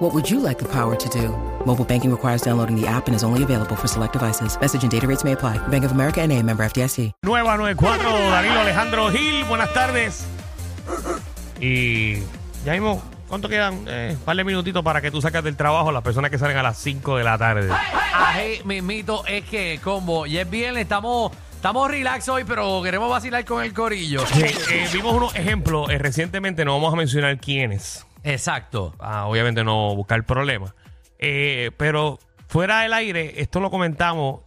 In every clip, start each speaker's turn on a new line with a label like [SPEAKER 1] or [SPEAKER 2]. [SPEAKER 1] What would you like the power to do? Mobile banking requires downloading the app and is only available for select devices. Message and data rates may apply. Bank of America and a member FDIC.
[SPEAKER 2] Nueva 94, Danilo Alejandro Gil, buenas tardes. Y ya mismo, ¿cuánto quedan? Eh, un par de minutitos para que tú sacas del trabajo a las personas que salen a las 5 de la tarde.
[SPEAKER 3] Ají, mismito, es que, combo, ya es viernes, estamos, estamos relax hoy, pero queremos vacilar con el corillo.
[SPEAKER 2] Eh, eh, vimos unos ejemplos eh, recientemente, no vamos a mencionar quiénes,
[SPEAKER 3] Exacto.
[SPEAKER 2] para obviamente no buscar problemas. Eh, pero fuera del aire, esto lo comentamos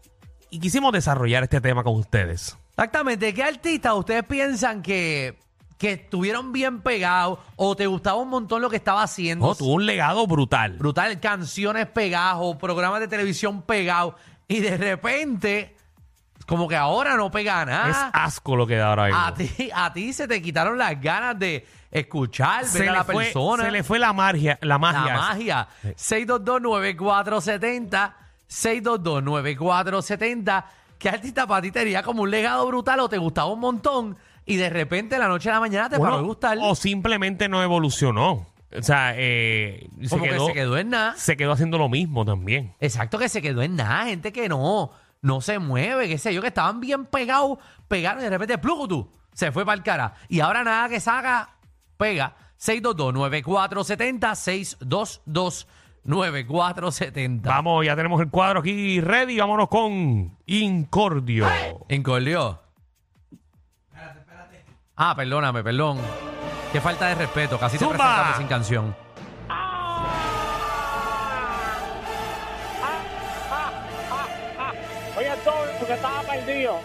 [SPEAKER 2] y quisimos desarrollar este tema con ustedes.
[SPEAKER 3] Exactamente, ¿qué artistas ustedes piensan que, que estuvieron bien pegados o te gustaba un montón lo que estaba haciendo?
[SPEAKER 2] No, Oh, tuvo un legado brutal.
[SPEAKER 3] Brutal, canciones pegadas o programas de televisión pegados y de repente, como que ahora no pega
[SPEAKER 2] Es
[SPEAKER 3] nada.
[SPEAKER 2] asco lo que da ahora mismo.
[SPEAKER 3] A ti, a ti se te quitaron las ganas de escuchar, ver
[SPEAKER 2] se,
[SPEAKER 3] a
[SPEAKER 2] le
[SPEAKER 3] la
[SPEAKER 2] fue,
[SPEAKER 3] persona.
[SPEAKER 2] se le fue la magia. La magia.
[SPEAKER 3] La magia. 6229470. 6229470. ¿Qué artista para ti te haría como un legado brutal o te gustaba un montón y de repente la noche a la mañana te
[SPEAKER 2] Bueno,
[SPEAKER 3] paró de gustar?
[SPEAKER 2] O simplemente no evolucionó. O sea, eh, se,
[SPEAKER 3] como
[SPEAKER 2] quedó,
[SPEAKER 3] que se quedó en nada.
[SPEAKER 2] se quedó haciendo lo mismo también.
[SPEAKER 3] Exacto, que se quedó en nada. Gente que no, no se mueve, qué sé yo, que estaban bien pegados, pegaron y de repente, tú se fue para el cara. Y ahora nada que saca, pega. 622-9470, 622-9470.
[SPEAKER 2] Vamos, ya tenemos el cuadro aquí ready. Vámonos con Incordio.
[SPEAKER 3] Encordió. Ah, perdóname, perdón. Qué falta de respeto. Casi te
[SPEAKER 2] Zumba.
[SPEAKER 3] presentamos sin canción.
[SPEAKER 4] Oye, todo porque estaba perdido.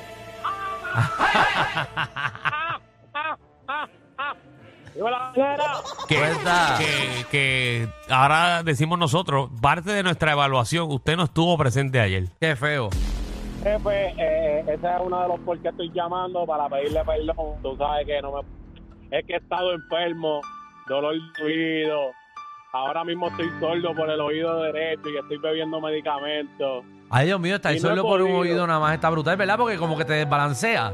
[SPEAKER 4] Digo la bandera.
[SPEAKER 2] Que, que, que ahora decimos nosotros, parte de nuestra evaluación, usted no estuvo presente ayer.
[SPEAKER 3] Qué feo.
[SPEAKER 4] Jefe, eh, ese es uno de los por qué estoy llamando para pedirle perdón. Tú sabes que no me. Es que he estado enfermo, dolor de oído. Ahora mismo estoy sordo por el oído derecho y estoy bebiendo medicamentos.
[SPEAKER 3] Ay, Dios mío, estar
[SPEAKER 4] Y no he
[SPEAKER 3] solo por un
[SPEAKER 4] podido.
[SPEAKER 3] oído nada más está brutal, ¿verdad? Porque como que te desbalancea.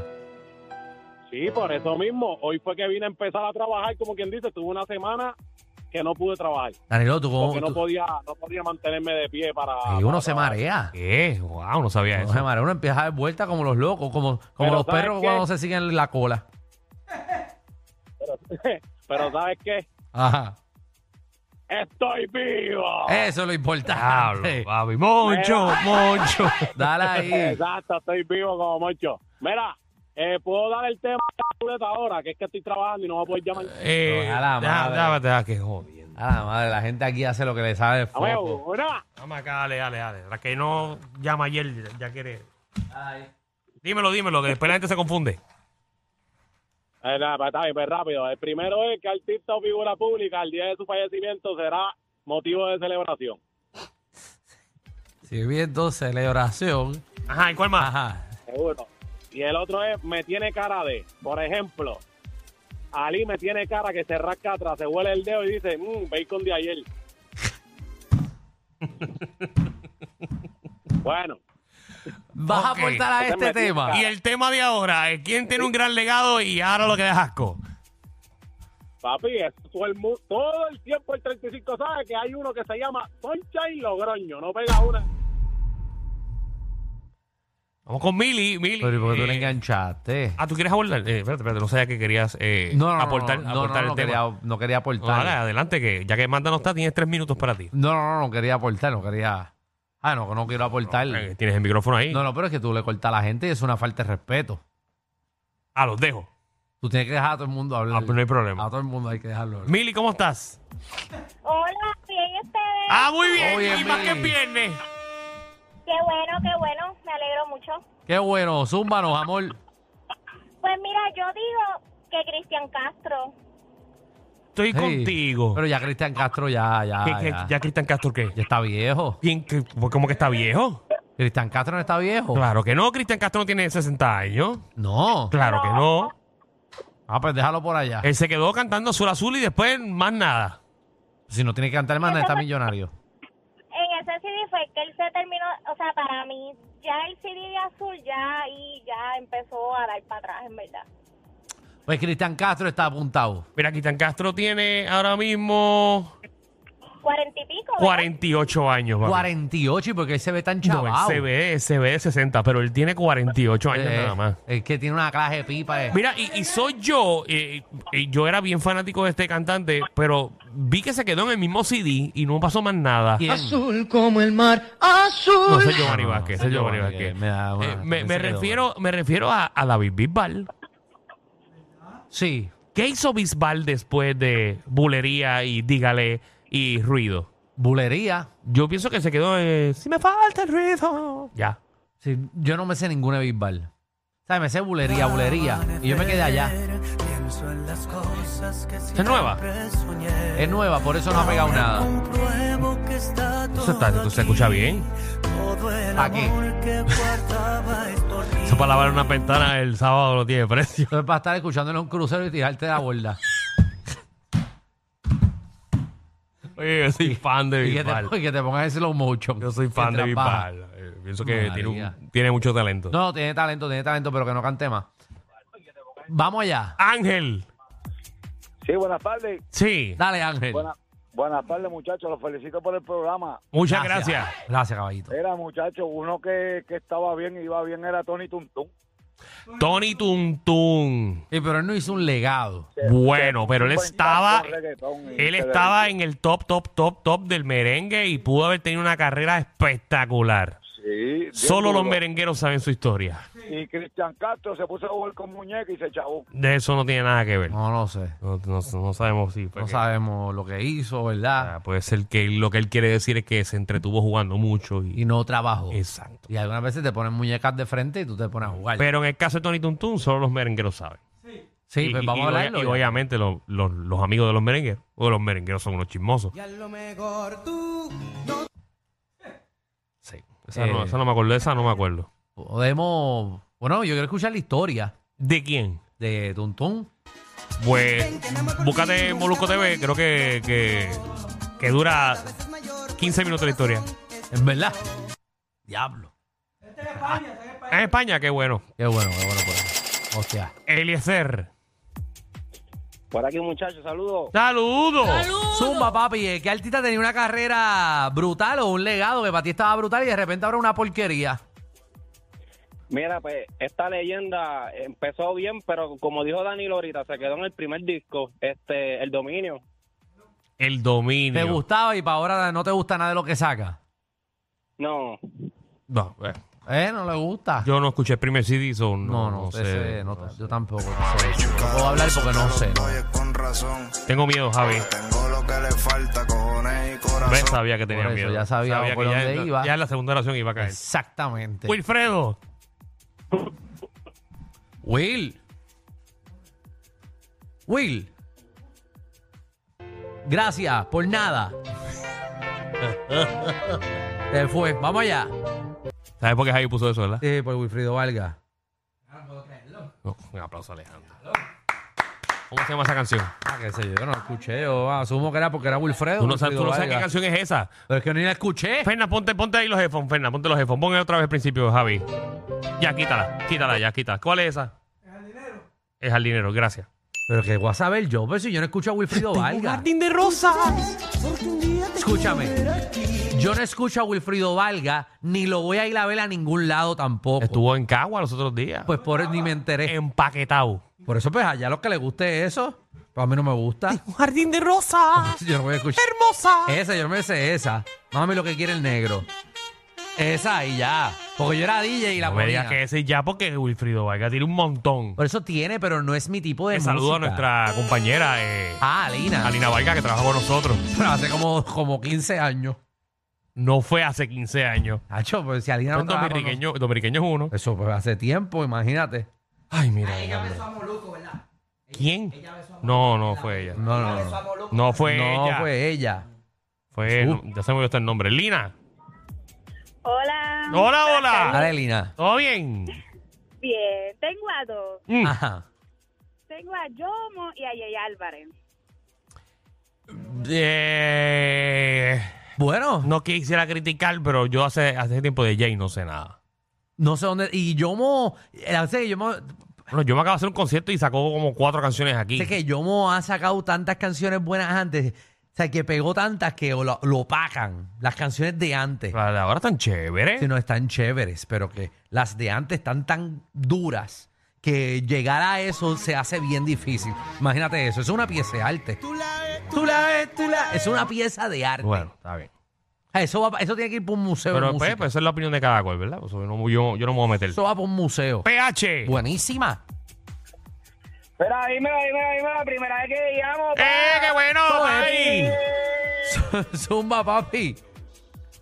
[SPEAKER 4] Sí, por eso mismo. Hoy fue que vine a empezar a trabajar, como quien dice, tuve una semana que no pude trabajar.
[SPEAKER 3] Danilo, tú como.
[SPEAKER 4] Porque no
[SPEAKER 3] tú-
[SPEAKER 4] podía, no podía mantenerme de pie para.
[SPEAKER 3] Sí,
[SPEAKER 4] para
[SPEAKER 3] uno se
[SPEAKER 4] trabajar.
[SPEAKER 3] marea.
[SPEAKER 2] ¿Qué? Wow, no sabía
[SPEAKER 3] Uno
[SPEAKER 2] eso.
[SPEAKER 3] se marea. Uno empieza a dar vueltas como los locos, como, como
[SPEAKER 4] Pero
[SPEAKER 3] los
[SPEAKER 4] ¿sabes
[SPEAKER 3] perros
[SPEAKER 4] qué?
[SPEAKER 3] cuando se siguen la cola.
[SPEAKER 4] Pero, pero ¿sabes qué?
[SPEAKER 3] Ajá.
[SPEAKER 4] ¡Estoy
[SPEAKER 3] Eso
[SPEAKER 4] vivo!
[SPEAKER 3] es lo
[SPEAKER 2] Diablo,
[SPEAKER 3] importante.
[SPEAKER 2] papi. Moncho, Moncho.
[SPEAKER 3] Dale ahí.
[SPEAKER 4] Exacto, estoy vivo como mucho. Mira, eh, puedo dar el tema de la ruleta ahora, que es que estoy trabajando y no voy a poder llamar.
[SPEAKER 2] Eh,
[SPEAKER 3] A la
[SPEAKER 2] deja-
[SPEAKER 3] madre.
[SPEAKER 2] deja- deja que jodiendo.
[SPEAKER 3] A la madre, la gente aquí hace lo que le sabe de
[SPEAKER 4] Amigo,
[SPEAKER 3] foco.
[SPEAKER 4] una.
[SPEAKER 2] Vamos acá, dale, dale, dale. La que no llama ayer ya quiere. Dímelo, dímelo, que después la gente se confunde.
[SPEAKER 4] Eh, nada, pues, está bien, pues rápido. El primero es que artista o figura pública al día de su fallecimiento será motivo de celebración.
[SPEAKER 3] Si viendo celebración.
[SPEAKER 2] Ajá, ¿y cuál más?
[SPEAKER 3] Ajá.
[SPEAKER 4] Seguro. Y el otro es, me tiene cara de, por ejemplo, Ali me tiene cara que se rasca atrás, se huele el dedo y dice, mmm, bacon de ayer. bueno,
[SPEAKER 3] Vas
[SPEAKER 2] Ok.
[SPEAKER 3] a aportar a
[SPEAKER 4] Ese
[SPEAKER 3] este
[SPEAKER 4] me pica.
[SPEAKER 3] tema.
[SPEAKER 2] Y el tema de ahora es quién tiene un gran legado y ahora lo que es asco.
[SPEAKER 4] papi, eso todo el, mu- todo el tiempo el 35 sabe que hay uno que se llama Sunshine Logroño, no pega una.
[SPEAKER 2] Vamos con Mili, Mili.
[SPEAKER 3] Pero ¿y por qué tú le
[SPEAKER 2] eh,
[SPEAKER 3] enganchaste?
[SPEAKER 2] ah, ¿tú quieres abordar? Eh, espérate, espérate, no sabía que querías eh, aportar,
[SPEAKER 3] no, no,
[SPEAKER 2] aportar
[SPEAKER 3] no, no
[SPEAKER 2] el tema.
[SPEAKER 3] quería, no quería
[SPEAKER 2] No,
[SPEAKER 3] aportar.
[SPEAKER 2] dale, adelante, que ya que Manda no está, tienes tres minutos para ti.
[SPEAKER 3] No, no, no, no quería aportar, no quería. Ah, no, no quiero aportar.
[SPEAKER 2] Eh, Tienes el micrófono ahí.
[SPEAKER 3] No, no, pero es que tú le cortas a la gente y es una falta de respeto.
[SPEAKER 2] Ah, los dejo.
[SPEAKER 3] Tú tienes que dejar a todo el mundo
[SPEAKER 2] Ah,
[SPEAKER 3] hablar.
[SPEAKER 2] pues no hay
[SPEAKER 3] A
[SPEAKER 2] problema.
[SPEAKER 3] todo el mundo hay que dejarlo. hablar.
[SPEAKER 2] Mili, ¿cómo estás?
[SPEAKER 5] Hola, bien ¿y ustedes.
[SPEAKER 2] Ah, muy bien.
[SPEAKER 3] Muy bien,
[SPEAKER 2] y más que
[SPEAKER 3] Mili.
[SPEAKER 2] es viernes.
[SPEAKER 5] Qué bueno, qué bueno, me alegro mucho.
[SPEAKER 3] Qué bueno, zúmbanos, amor.
[SPEAKER 5] Pues mira, yo digo que Cristian Castro,
[SPEAKER 2] Estoy
[SPEAKER 3] Sí.
[SPEAKER 2] contigo.
[SPEAKER 3] Pero ya Cristian Castro ya, ya,
[SPEAKER 2] ¿Qué- qué-
[SPEAKER 3] ya,
[SPEAKER 2] ya Cristian Castro qué?
[SPEAKER 3] ya está viejo.
[SPEAKER 2] ¿Quién, qué- ¿Cómo que está viejo?
[SPEAKER 3] Cristian Castro no está viejo.
[SPEAKER 2] Claro que no, Cristian Castro no tiene 60 años.
[SPEAKER 3] No.
[SPEAKER 2] Claro que no.
[SPEAKER 3] Ah, pues déjalo por allá.
[SPEAKER 2] Él se quedó cantando Azul Azul y después más nada.
[SPEAKER 3] Si no tiene que cantar más, nada, está millonario.
[SPEAKER 5] En ese CD fue que él se terminó, o sea, para mí, ya el CD de azul ya y ya empezó a dar para atrás, en verdad.
[SPEAKER 3] Pues Cristian Castro está apuntado.
[SPEAKER 2] Mira, Cristian Castro tiene ahora mismo
[SPEAKER 5] Cuarenta y pico. ¿verdad?
[SPEAKER 2] 48 años. papi.
[SPEAKER 3] 48 y porque él se ve tan
[SPEAKER 2] No,
[SPEAKER 3] chaval.
[SPEAKER 2] él se ve, se ve de 60, pero él tiene 48 años
[SPEAKER 3] Eh,
[SPEAKER 2] nada más.
[SPEAKER 3] Es que tiene una clase de pipa. eh.
[SPEAKER 2] Mira, y, y soy yo, eh, y yo era bien fanático de este cantante, pero vi que se quedó en el mismo CD y no pasó más nada.
[SPEAKER 3] ¿Quién?
[SPEAKER 6] Azul como el mar, azul.
[SPEAKER 2] No, ese es Giovanni
[SPEAKER 3] No, no,
[SPEAKER 2] Vázquez, ese
[SPEAKER 3] ese
[SPEAKER 2] es Giovanni
[SPEAKER 3] Giovanni
[SPEAKER 2] Vázquez.
[SPEAKER 3] que me da una-
[SPEAKER 2] Eh, me-
[SPEAKER 3] ese
[SPEAKER 2] me
[SPEAKER 3] quedó.
[SPEAKER 2] refiero, me refiero a, a David Bisbal.
[SPEAKER 3] Sí.
[SPEAKER 2] ¿Qué hizo Bisbal después de Bulería y Dígale y Ruido?
[SPEAKER 3] Bulería.
[SPEAKER 2] Yo pienso que se quedó eh, si me falta el ruido. Ya.
[SPEAKER 3] Sí, yo no me sé ninguna de Bisbal. O sea, me sé bulería, bulería. Y yo me quedé allá.
[SPEAKER 2] ¿Esta ¿Es nueva?
[SPEAKER 3] Es nueva, por eso no ha pegado nada.
[SPEAKER 2] Eso está, tú se escucha bien.
[SPEAKER 3] Aquí.
[SPEAKER 2] Eso para lavar una ventana el sábado no tiene precio.
[SPEAKER 3] Eso es para estar escuchándole un crucero y tirarte de la borda.
[SPEAKER 2] Oye, yo soy fan de
[SPEAKER 3] Y que,
[SPEAKER 2] Bisbal.
[SPEAKER 3] te, y que te pongas en slow motion.
[SPEAKER 2] Yo soy fan de
[SPEAKER 3] Mientras baja.
[SPEAKER 2] Bisbal. Eh, Pienso que tiene, un-
[SPEAKER 3] María.
[SPEAKER 2] tiene mucho talento.
[SPEAKER 3] No, tiene talento, tiene talento, pero que no cante más. Vamos allá.
[SPEAKER 2] Ángel.
[SPEAKER 7] Sí, buenas tardes.
[SPEAKER 2] Sí.
[SPEAKER 3] Dale, Ángel.
[SPEAKER 7] Buena- buenas tardes, muchachos. Los felicito por el programa.
[SPEAKER 2] Muchas gracias.
[SPEAKER 3] Gracias, caballito.
[SPEAKER 7] Era, muchachos, uno que, que estaba bien, iba bien, era Tony Tuntún.
[SPEAKER 2] Tony Tuntun.
[SPEAKER 3] Sí, pero él no hizo un legado.
[SPEAKER 2] Bueno, pero él
[SPEAKER 7] Este, Buen
[SPEAKER 2] estaba.
[SPEAKER 7] cantor, reggaetón y
[SPEAKER 2] Él
[SPEAKER 7] se le-
[SPEAKER 2] estaba en el top, top, top, top del merengue y pudo haber tenido una carrera espectacular.
[SPEAKER 7] Sí, bien
[SPEAKER 2] Solo los
[SPEAKER 7] duro.
[SPEAKER 2] merengueros saben su historia.
[SPEAKER 7] Y Cristian Castro se puso a jugar con muñeca y se chavó.
[SPEAKER 2] De eso no tiene nada que ver.
[SPEAKER 3] No, no sé.
[SPEAKER 2] No, no- no sabemos si. fue
[SPEAKER 3] No
[SPEAKER 2] que-
[SPEAKER 3] sabemos lo que hizo, ¿verdad?
[SPEAKER 2] Ah, Puede ser que lo que él quiere decir es que se entretuvo jugando mucho. Y,
[SPEAKER 3] Y no trabajó.
[SPEAKER 2] Exacto.
[SPEAKER 3] Y algunas veces te ponen muñecas de frente y tú te pones a jugar.
[SPEAKER 2] Pero en el caso de Tony Tuntun, solo los merengueros saben.
[SPEAKER 3] sí,
[SPEAKER 2] y,
[SPEAKER 3] pues
[SPEAKER 2] y- y
[SPEAKER 3] vamos a
[SPEAKER 2] obvia-
[SPEAKER 3] hablarlo.
[SPEAKER 2] y
[SPEAKER 3] ya.
[SPEAKER 2] obviamente los, los- los amigos de los merengueros, o los merengueros son unos chismosos. Sí, esa, no,
[SPEAKER 3] Eh.
[SPEAKER 2] esa no me acuerdo, esa no me acuerdo.
[SPEAKER 3] Podemos. Bueno, yo quiero escuchar la historia
[SPEAKER 2] ¿De quién?
[SPEAKER 3] de Tuntún.
[SPEAKER 2] Pues búscate Molusco TV, creo que, que, que dura 15 minutos la historia.
[SPEAKER 3] En verdad. Diablo.
[SPEAKER 2] En España, qué bueno.
[SPEAKER 3] Qué bueno, qué bueno, pues. Hostia.
[SPEAKER 2] Eliezer.
[SPEAKER 4] Por aquí, muchachos, saludos.
[SPEAKER 2] ¡Saludos!
[SPEAKER 3] Zumba, papi. eh, ¿Qué artista tenía una carrera brutal o un legado que para ti estaba brutal y de repente ahora una porquería?
[SPEAKER 4] Mira, pues esta leyenda empezó bien, pero como dijo Danilo ahorita, se quedó en el primer disco, este, El Dominio.
[SPEAKER 2] El
[SPEAKER 3] ¿Te
[SPEAKER 2] dominio.
[SPEAKER 3] gustaba y para ahora no te gusta nada de lo que saca?
[SPEAKER 4] No,
[SPEAKER 2] No, eh,
[SPEAKER 3] ¿Eh? No le gusta.
[SPEAKER 2] yo no escuché el primer CD, so no,
[SPEAKER 3] no, no,
[SPEAKER 2] no
[SPEAKER 3] ese-
[SPEAKER 2] sé.
[SPEAKER 3] no,
[SPEAKER 2] no sé.
[SPEAKER 3] yo tampoco. No, sé. No puedo hablar porque no sé. ¿no?
[SPEAKER 8] Oye, con razón.
[SPEAKER 2] Tengo miedo, Javi.
[SPEAKER 8] Tengo lo que le falta, cojones y
[SPEAKER 2] Ve,
[SPEAKER 8] corazón.
[SPEAKER 2] sabía que tenía
[SPEAKER 3] Por eso,
[SPEAKER 2] miedo.
[SPEAKER 3] ya sabía por
[SPEAKER 2] que
[SPEAKER 3] dónde
[SPEAKER 2] ya,
[SPEAKER 3] iba. Este.
[SPEAKER 2] Ya en la segunda oración iba a caer.
[SPEAKER 3] Exactamente.
[SPEAKER 2] Wilfredo.
[SPEAKER 3] Will. Will. Gracias por nada. Te fue. Vamos allá.
[SPEAKER 2] ¿Sabes por qué Javi puso eso, verdad?
[SPEAKER 3] Sí, por Wilfrido Valga.
[SPEAKER 2] No, un aplauso, Alejandro. ¿Cómo se llama esa canción?
[SPEAKER 3] Ah, qué sé yo, yo no la escuché. Yo asumo que era porque era Wilfredo.
[SPEAKER 2] Tú no, sabes,
[SPEAKER 3] Wilfrido
[SPEAKER 2] tú no sabes qué
[SPEAKER 3] Valga.
[SPEAKER 2] canción es esa.
[SPEAKER 3] Pero es que ni la escuché.
[SPEAKER 2] Fernan, ponte, ponte ahí los headphones, Fernan, ponte los headphones. Ponle otra vez al principio, Javi. Ya, quítala, quítala, ya, quítala. ¿Cuál es esa? Es al dinero. Es al dinero, gracias.
[SPEAKER 3] Pero que voy a saber yo, pero si yo no escucho a Wilfrido Valga.
[SPEAKER 2] de rosas.
[SPEAKER 3] Escúchame. Yo no escucho a Wilfrido Valga, ni lo voy a ir a ver a ningún lado tampoco.
[SPEAKER 2] Estuvo en Cagua los otros días.
[SPEAKER 3] Pues por ni me enteré.
[SPEAKER 2] empaquetado.
[SPEAKER 3] Por eso, pues allá a los que les guste eso, pues a mí no me gusta.
[SPEAKER 2] Un jardín de rosas.
[SPEAKER 3] Yo no voy a escuchar.
[SPEAKER 2] Hermosa.
[SPEAKER 3] Esa, yo me sé esa. Mami, lo que quiere el negro. Esa y ya. Porque yo era DJ y la
[SPEAKER 2] La no me digas
[SPEAKER 3] ponía.
[SPEAKER 2] que ese ya porque Wilfrido Valga tiene un montón.
[SPEAKER 3] Por eso tiene, pero no es mi tipo de
[SPEAKER 2] Un saludo a
[SPEAKER 3] Pues, música.
[SPEAKER 2] nuestra compañera eh,
[SPEAKER 3] Ah, Alina.
[SPEAKER 2] Alina Valga que trabaja con nosotros.
[SPEAKER 3] Pero hace como, como 15 años.
[SPEAKER 2] No fue hace 15 años.
[SPEAKER 3] Hacho, pues si Alina no
[SPEAKER 2] Pues
[SPEAKER 3] trabaja con
[SPEAKER 2] Dominiqueño, Dominiqueño es uno.
[SPEAKER 3] nosotros- Eso, pues hace tiempo, imagínate.
[SPEAKER 2] Ay, mira. ¿Quién? No, no fue ella.
[SPEAKER 3] No, no, no.
[SPEAKER 2] No fue
[SPEAKER 3] no
[SPEAKER 2] ella.
[SPEAKER 3] fue ella.
[SPEAKER 2] Fue,
[SPEAKER 3] Uh.
[SPEAKER 2] no, ya se me olvidó hasta el nombre. Lina.
[SPEAKER 5] Hola.
[SPEAKER 2] Hola, hola.
[SPEAKER 3] Dale, Lina.
[SPEAKER 2] ¿Todo bien?
[SPEAKER 5] Bien, tengo a dos.
[SPEAKER 2] Mm.
[SPEAKER 3] Ajá.
[SPEAKER 5] Tengo a Yomo y a Yey Álvarez.
[SPEAKER 2] Eh,
[SPEAKER 3] Bueno,
[SPEAKER 2] no quisiera criticar, pero yo hace, hace tiempo de Jay no sé nada.
[SPEAKER 3] no sé dónde. Y Yomo, eh, sé que Yomo,
[SPEAKER 2] Bueno, yo me acabo de hacer un concierto y sacó como cuatro canciones aquí.
[SPEAKER 3] sé que Yomo ha sacado tantas canciones buenas antes. O sea, que pegó tantas que lo, lo opacan. Las canciones de antes.
[SPEAKER 2] Las de ahora están chéveres.
[SPEAKER 3] Si no están chéveres, pero que las de antes están tan duras que llegar a eso se hace bien difícil. Imagínate eso, es una pieza de arte. Tú la ves, tú la ves, Es una pieza de arte. Ah,
[SPEAKER 2] Bueno, está bien.
[SPEAKER 3] Eso, va pa- eso tiene que ir por un museo. de
[SPEAKER 2] Pero pues,
[SPEAKER 3] música.
[SPEAKER 2] pues, esa es la opinión de cada cual, ¿verdad? Pues, yo, no, yo, yo no me voy a meter.
[SPEAKER 3] eso va por un museo.
[SPEAKER 2] pues, PH.
[SPEAKER 3] Buenísima.
[SPEAKER 7] Espera, dímelo, dímelo, dímelo, la primera vez que llamo.
[SPEAKER 2] ¡Eh, qué bueno!
[SPEAKER 3] Eso eh,
[SPEAKER 2] ay!
[SPEAKER 3] Zumba, papi.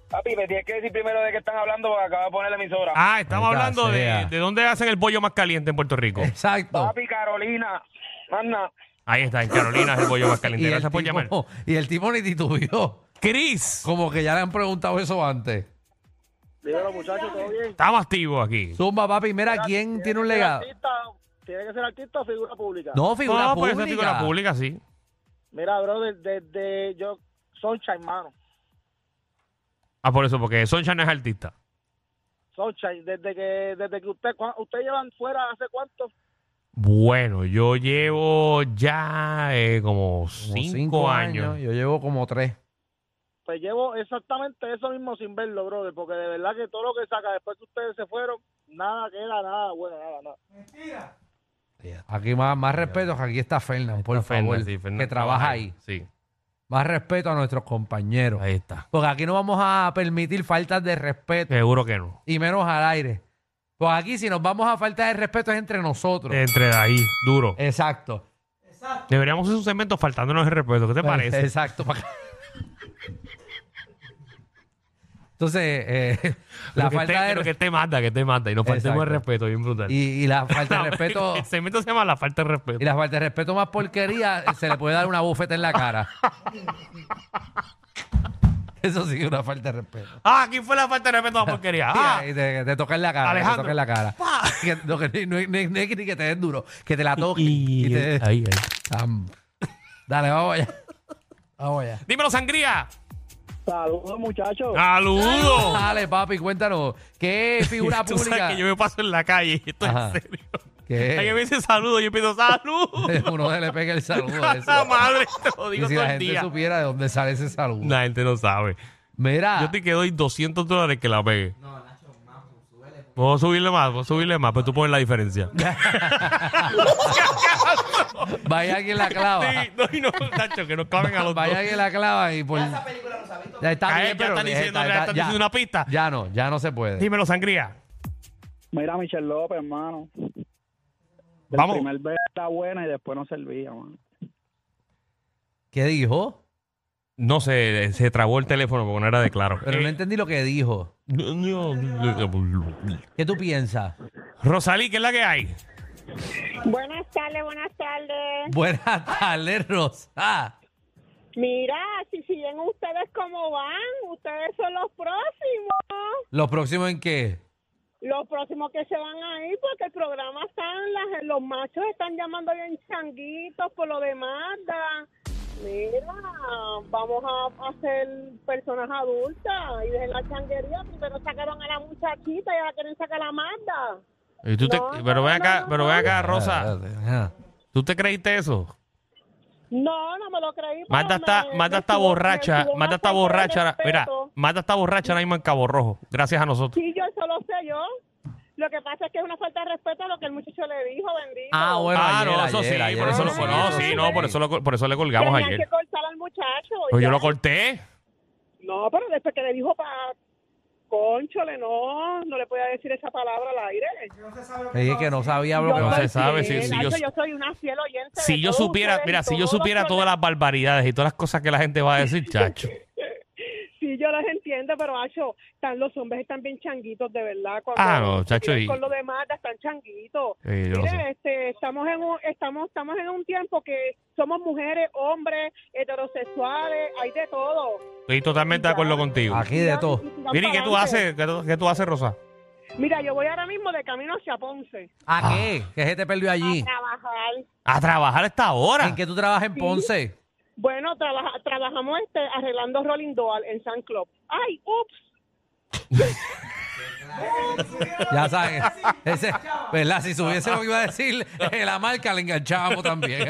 [SPEAKER 7] Papi, me tienes que decir primero de qué están hablando porque acaba de poner la emisora.
[SPEAKER 2] Ah, estamos
[SPEAKER 3] Maldita
[SPEAKER 2] hablando de,
[SPEAKER 3] sea.
[SPEAKER 2] de dónde hacen el pollo más caliente en Puerto Rico.
[SPEAKER 3] Eh. Exacto.
[SPEAKER 7] Papi, Carolina, manda.
[SPEAKER 2] Ahí está, en Carolina es el pollo más caliente. Gracias por llamar.
[SPEAKER 3] tipo, y el tipo ni titubeó.
[SPEAKER 2] Cris,
[SPEAKER 3] Como que ya le han preguntado eso antes.
[SPEAKER 7] Dímelo, muchachos, ¿todo bien?
[SPEAKER 2] estamos activos aquí.
[SPEAKER 3] Zumba, papi, mira, ¿quién tiene un legado?
[SPEAKER 7] Tiene que ser artista o figura pública.
[SPEAKER 3] No, figura
[SPEAKER 2] no, pues
[SPEAKER 3] pública.
[SPEAKER 2] esa figura pública, sí.
[SPEAKER 7] Mira, bro, desde yo, Soncha, hermano.
[SPEAKER 2] Ah, por eso, porque Soncha no es artista.
[SPEAKER 7] Sunshine, desde que desde que usted cua- usted llevan fuera hace cuánto?
[SPEAKER 2] Bueno, yo llevo ya eh, como,
[SPEAKER 3] Como
[SPEAKER 2] cinco, años.
[SPEAKER 3] Yo llevo como tres.
[SPEAKER 7] Pues llevo exactamente eso mismo sin verlo, brother, porque de verdad que todo lo que saca después que ustedes se fueron, nada queda, nada bueno, nada, nada.
[SPEAKER 3] Aquí más, más respeto que aquí está Fernán, por favor,
[SPEAKER 2] Fernan, sí, Fernan
[SPEAKER 3] que trabaja ahí.
[SPEAKER 2] Sí,
[SPEAKER 3] Más respeto a nuestros compañeros.
[SPEAKER 2] ahí está.
[SPEAKER 3] Porque aquí no vamos a permitir faltas de respeto
[SPEAKER 2] Seguro que no.
[SPEAKER 3] y menos al aire. Pues aquí si nos vamos a faltar de respeto es entre nosotros.
[SPEAKER 2] Entre ahí, duro.
[SPEAKER 3] Eh. Exacto.
[SPEAKER 2] Deberíamos hacer un segmento faltándonos el respeto.
[SPEAKER 3] Eh,
[SPEAKER 2] ¿Qué te parece?
[SPEAKER 3] Exacto. pa' acá. Entonces, eh, la
[SPEAKER 2] Lo que
[SPEAKER 3] falta
[SPEAKER 2] te-
[SPEAKER 3] de
[SPEAKER 2] lo que
[SPEAKER 3] respeto
[SPEAKER 2] te manda, que te manda. Y nos faltemos el
[SPEAKER 3] Exacto.
[SPEAKER 2] respeto, bien brutal.
[SPEAKER 3] y, y la falta de respeto
[SPEAKER 2] El segmento se llama La Falta de Respeto.
[SPEAKER 3] y la falta de respeto más porquería eh, se le puede dar una bofeta en la cara. Eso sí que es una falta de respeto.
[SPEAKER 2] Ah, aquí fue la falta de respeto a la porquería. Ah,
[SPEAKER 3] Sí, ahí te, te toca en la cara.
[SPEAKER 2] Alejandro.
[SPEAKER 3] Te toca en la cara.
[SPEAKER 2] Pa.
[SPEAKER 3] Que, no, que no, no- no es que ni que te den duro, que te la toquen.
[SPEAKER 2] y-
[SPEAKER 3] Y, te-
[SPEAKER 2] ahí, ahí.
[SPEAKER 3] Am. Dale, vamos allá. Vamos allá.
[SPEAKER 2] Dímelo, sangría.
[SPEAKER 7] Saludos,
[SPEAKER 2] Ah.
[SPEAKER 7] muchachos.
[SPEAKER 2] Saludos.
[SPEAKER 3] Dale, papi, cuéntanos. ¿Qué figura
[SPEAKER 2] Tú
[SPEAKER 3] pública?
[SPEAKER 2] sabes que yo me paso en la calle. Esto es
[SPEAKER 3] Ajá.
[SPEAKER 2] en serio.
[SPEAKER 3] ¿Qué?
[SPEAKER 2] Alguien me dice saludos, yo pido saludos.
[SPEAKER 3] Uno se le pega el saludo a eso.
[SPEAKER 2] La madre, te lo
[SPEAKER 3] Y
[SPEAKER 2] digo
[SPEAKER 3] si
[SPEAKER 2] todo
[SPEAKER 3] la
[SPEAKER 2] el
[SPEAKER 3] gente
[SPEAKER 2] día.
[SPEAKER 3] supiera de dónde sale ese saludo.
[SPEAKER 2] La gente no sabe.
[SPEAKER 3] Mira,
[SPEAKER 2] Yo te quedo 200 dólares que la pegue. No, Nacho, más, súbele. pues. Puedo subirle más, puedo subirle más, pero tú pones la diferencia.
[SPEAKER 3] vaya alguien la clava.
[SPEAKER 2] Sí, no, y no, Nacho, que nos claven a los
[SPEAKER 3] Vaya
[SPEAKER 2] dos.
[SPEAKER 3] alguien la clava y por. Ya está
[SPEAKER 2] Ay,
[SPEAKER 3] bien,
[SPEAKER 2] ya
[SPEAKER 3] pero
[SPEAKER 2] están
[SPEAKER 3] que-
[SPEAKER 2] diciendo,
[SPEAKER 3] está-
[SPEAKER 2] ya
[SPEAKER 3] está-
[SPEAKER 2] están
[SPEAKER 3] ya-
[SPEAKER 2] diciendo una pista.
[SPEAKER 3] Ya no, ya no se puede.
[SPEAKER 2] Dímelo, sangría.
[SPEAKER 7] Mira, Michelle López, hermano. El
[SPEAKER 2] Vamos.
[SPEAKER 7] primer vez está buena y después no servía, mano.
[SPEAKER 3] ¿Qué dijo?
[SPEAKER 2] No sé, se trabó el teléfono porque no era de claro.
[SPEAKER 3] Pero no
[SPEAKER 2] Eh,
[SPEAKER 3] entendí lo que dijo. ¿Qué tú piensas?
[SPEAKER 2] Rosalí, ¿qué es la que hay?
[SPEAKER 5] Buenas tardes, buenas tardes.
[SPEAKER 3] Buenas tardes, Rosa.
[SPEAKER 5] Mira, si siguen ustedes como van, ustedes son los próximos.
[SPEAKER 3] ¿Los próximos en qué?
[SPEAKER 5] Los próximos que se van a ir porque el programa están, las, los machos están llamando bien changuitos por lo de Magda. Mira, vamos a hacer personas adultas y desde la changuería primero sacaron a la muchachita y ahora quieren sacar a Magda.
[SPEAKER 2] Y tú te-
[SPEAKER 5] No, no,
[SPEAKER 2] pero ven
[SPEAKER 5] no,
[SPEAKER 2] acá,
[SPEAKER 5] no,
[SPEAKER 2] pero ven
[SPEAKER 5] no.
[SPEAKER 2] acá,
[SPEAKER 3] Ah,
[SPEAKER 2] Rosa.
[SPEAKER 3] Rosa.
[SPEAKER 2] ¿Tú te creíste eso?
[SPEAKER 5] No, no me lo creí. pero
[SPEAKER 2] Mata está,
[SPEAKER 5] me-
[SPEAKER 2] Magda
[SPEAKER 5] me
[SPEAKER 2] está
[SPEAKER 5] subió- me
[SPEAKER 2] borracha,
[SPEAKER 5] subió una
[SPEAKER 2] Magda está
[SPEAKER 5] falta de
[SPEAKER 2] borracha. ahora- Mira,
[SPEAKER 5] respeto.
[SPEAKER 2] Magda está borracha ahora mismo en Cabo Rojo, gracias a nosotros.
[SPEAKER 5] Sí, yo eso lo sé yo. Lo que pasa es que es una falta de respeto a lo que el muchacho le dijo, bendito.
[SPEAKER 3] Ah, bueno,
[SPEAKER 2] ah,
[SPEAKER 3] ayer,
[SPEAKER 2] no,
[SPEAKER 3] ayer,
[SPEAKER 2] eso sí,
[SPEAKER 3] ayer,
[SPEAKER 2] por eso lo
[SPEAKER 5] sí,
[SPEAKER 2] col- no,
[SPEAKER 5] eso
[SPEAKER 2] sí,
[SPEAKER 5] sí.
[SPEAKER 2] no, por eso, lo col- por eso le colgamos
[SPEAKER 5] Tenían que
[SPEAKER 2] ayer.
[SPEAKER 5] cortar al muchacho.
[SPEAKER 2] Pues yo
[SPEAKER 5] ya.
[SPEAKER 2] lo corté.
[SPEAKER 5] No, pero después que le dijo para... Conchole, no, no le podía decir esa palabra al aire.
[SPEAKER 3] Dije que no sabía lo que
[SPEAKER 2] no
[SPEAKER 3] va a
[SPEAKER 2] se
[SPEAKER 3] hacer.
[SPEAKER 5] soy
[SPEAKER 2] sabe,
[SPEAKER 5] fiel,
[SPEAKER 2] si- si
[SPEAKER 5] Nacho,
[SPEAKER 2] yo-
[SPEAKER 5] yo, soy una fiel oyente.
[SPEAKER 2] Si
[SPEAKER 5] de
[SPEAKER 2] yo
[SPEAKER 5] todos
[SPEAKER 2] supiera,
[SPEAKER 5] ustedes,
[SPEAKER 2] mira, si yo
[SPEAKER 5] todos
[SPEAKER 2] supiera
[SPEAKER 5] los
[SPEAKER 2] todas las barbaridades y todas las cosas que la gente va a decir, chacho.
[SPEAKER 5] Sí, yo las entiende, pero Acho, están, los hombres están bien changuitos, de verdad. Cuando
[SPEAKER 2] Ah, no, chacho, y-
[SPEAKER 5] Con lo de Mata están changuitos.
[SPEAKER 2] Eh, yo no
[SPEAKER 5] Mire,
[SPEAKER 2] sé.
[SPEAKER 5] este, estamos en un, estamos, estamos en un tiempo que somos mujeres, hombres, heterosexuales, hay de todo.
[SPEAKER 2] Estoy totalmente de acuerdo contigo.
[SPEAKER 3] Aquí de
[SPEAKER 5] Sigan-
[SPEAKER 3] todo.
[SPEAKER 5] sigan
[SPEAKER 2] Mira, ¿y qué tú
[SPEAKER 5] pa'lante.
[SPEAKER 2] haces? ¿Qué tú, qué tú haces, Rosa?
[SPEAKER 5] Mira, yo voy ahora mismo de camino hacia Ponce
[SPEAKER 3] ¿A
[SPEAKER 2] Ah.
[SPEAKER 3] qué? ¿Qué se te perdió allí?
[SPEAKER 5] a trabajar.
[SPEAKER 2] A trabajar hasta ahora.
[SPEAKER 3] ¿En qué tú trabajas en Ponce?
[SPEAKER 5] Bueno, trabaja- trabajamos este arreglando Rolling Door en San Club. Ay, ups.
[SPEAKER 3] Ya sabes. Ese, ¿Verdad? Si supiese lo que iba a decir, eh, la marca la enganchábamos también.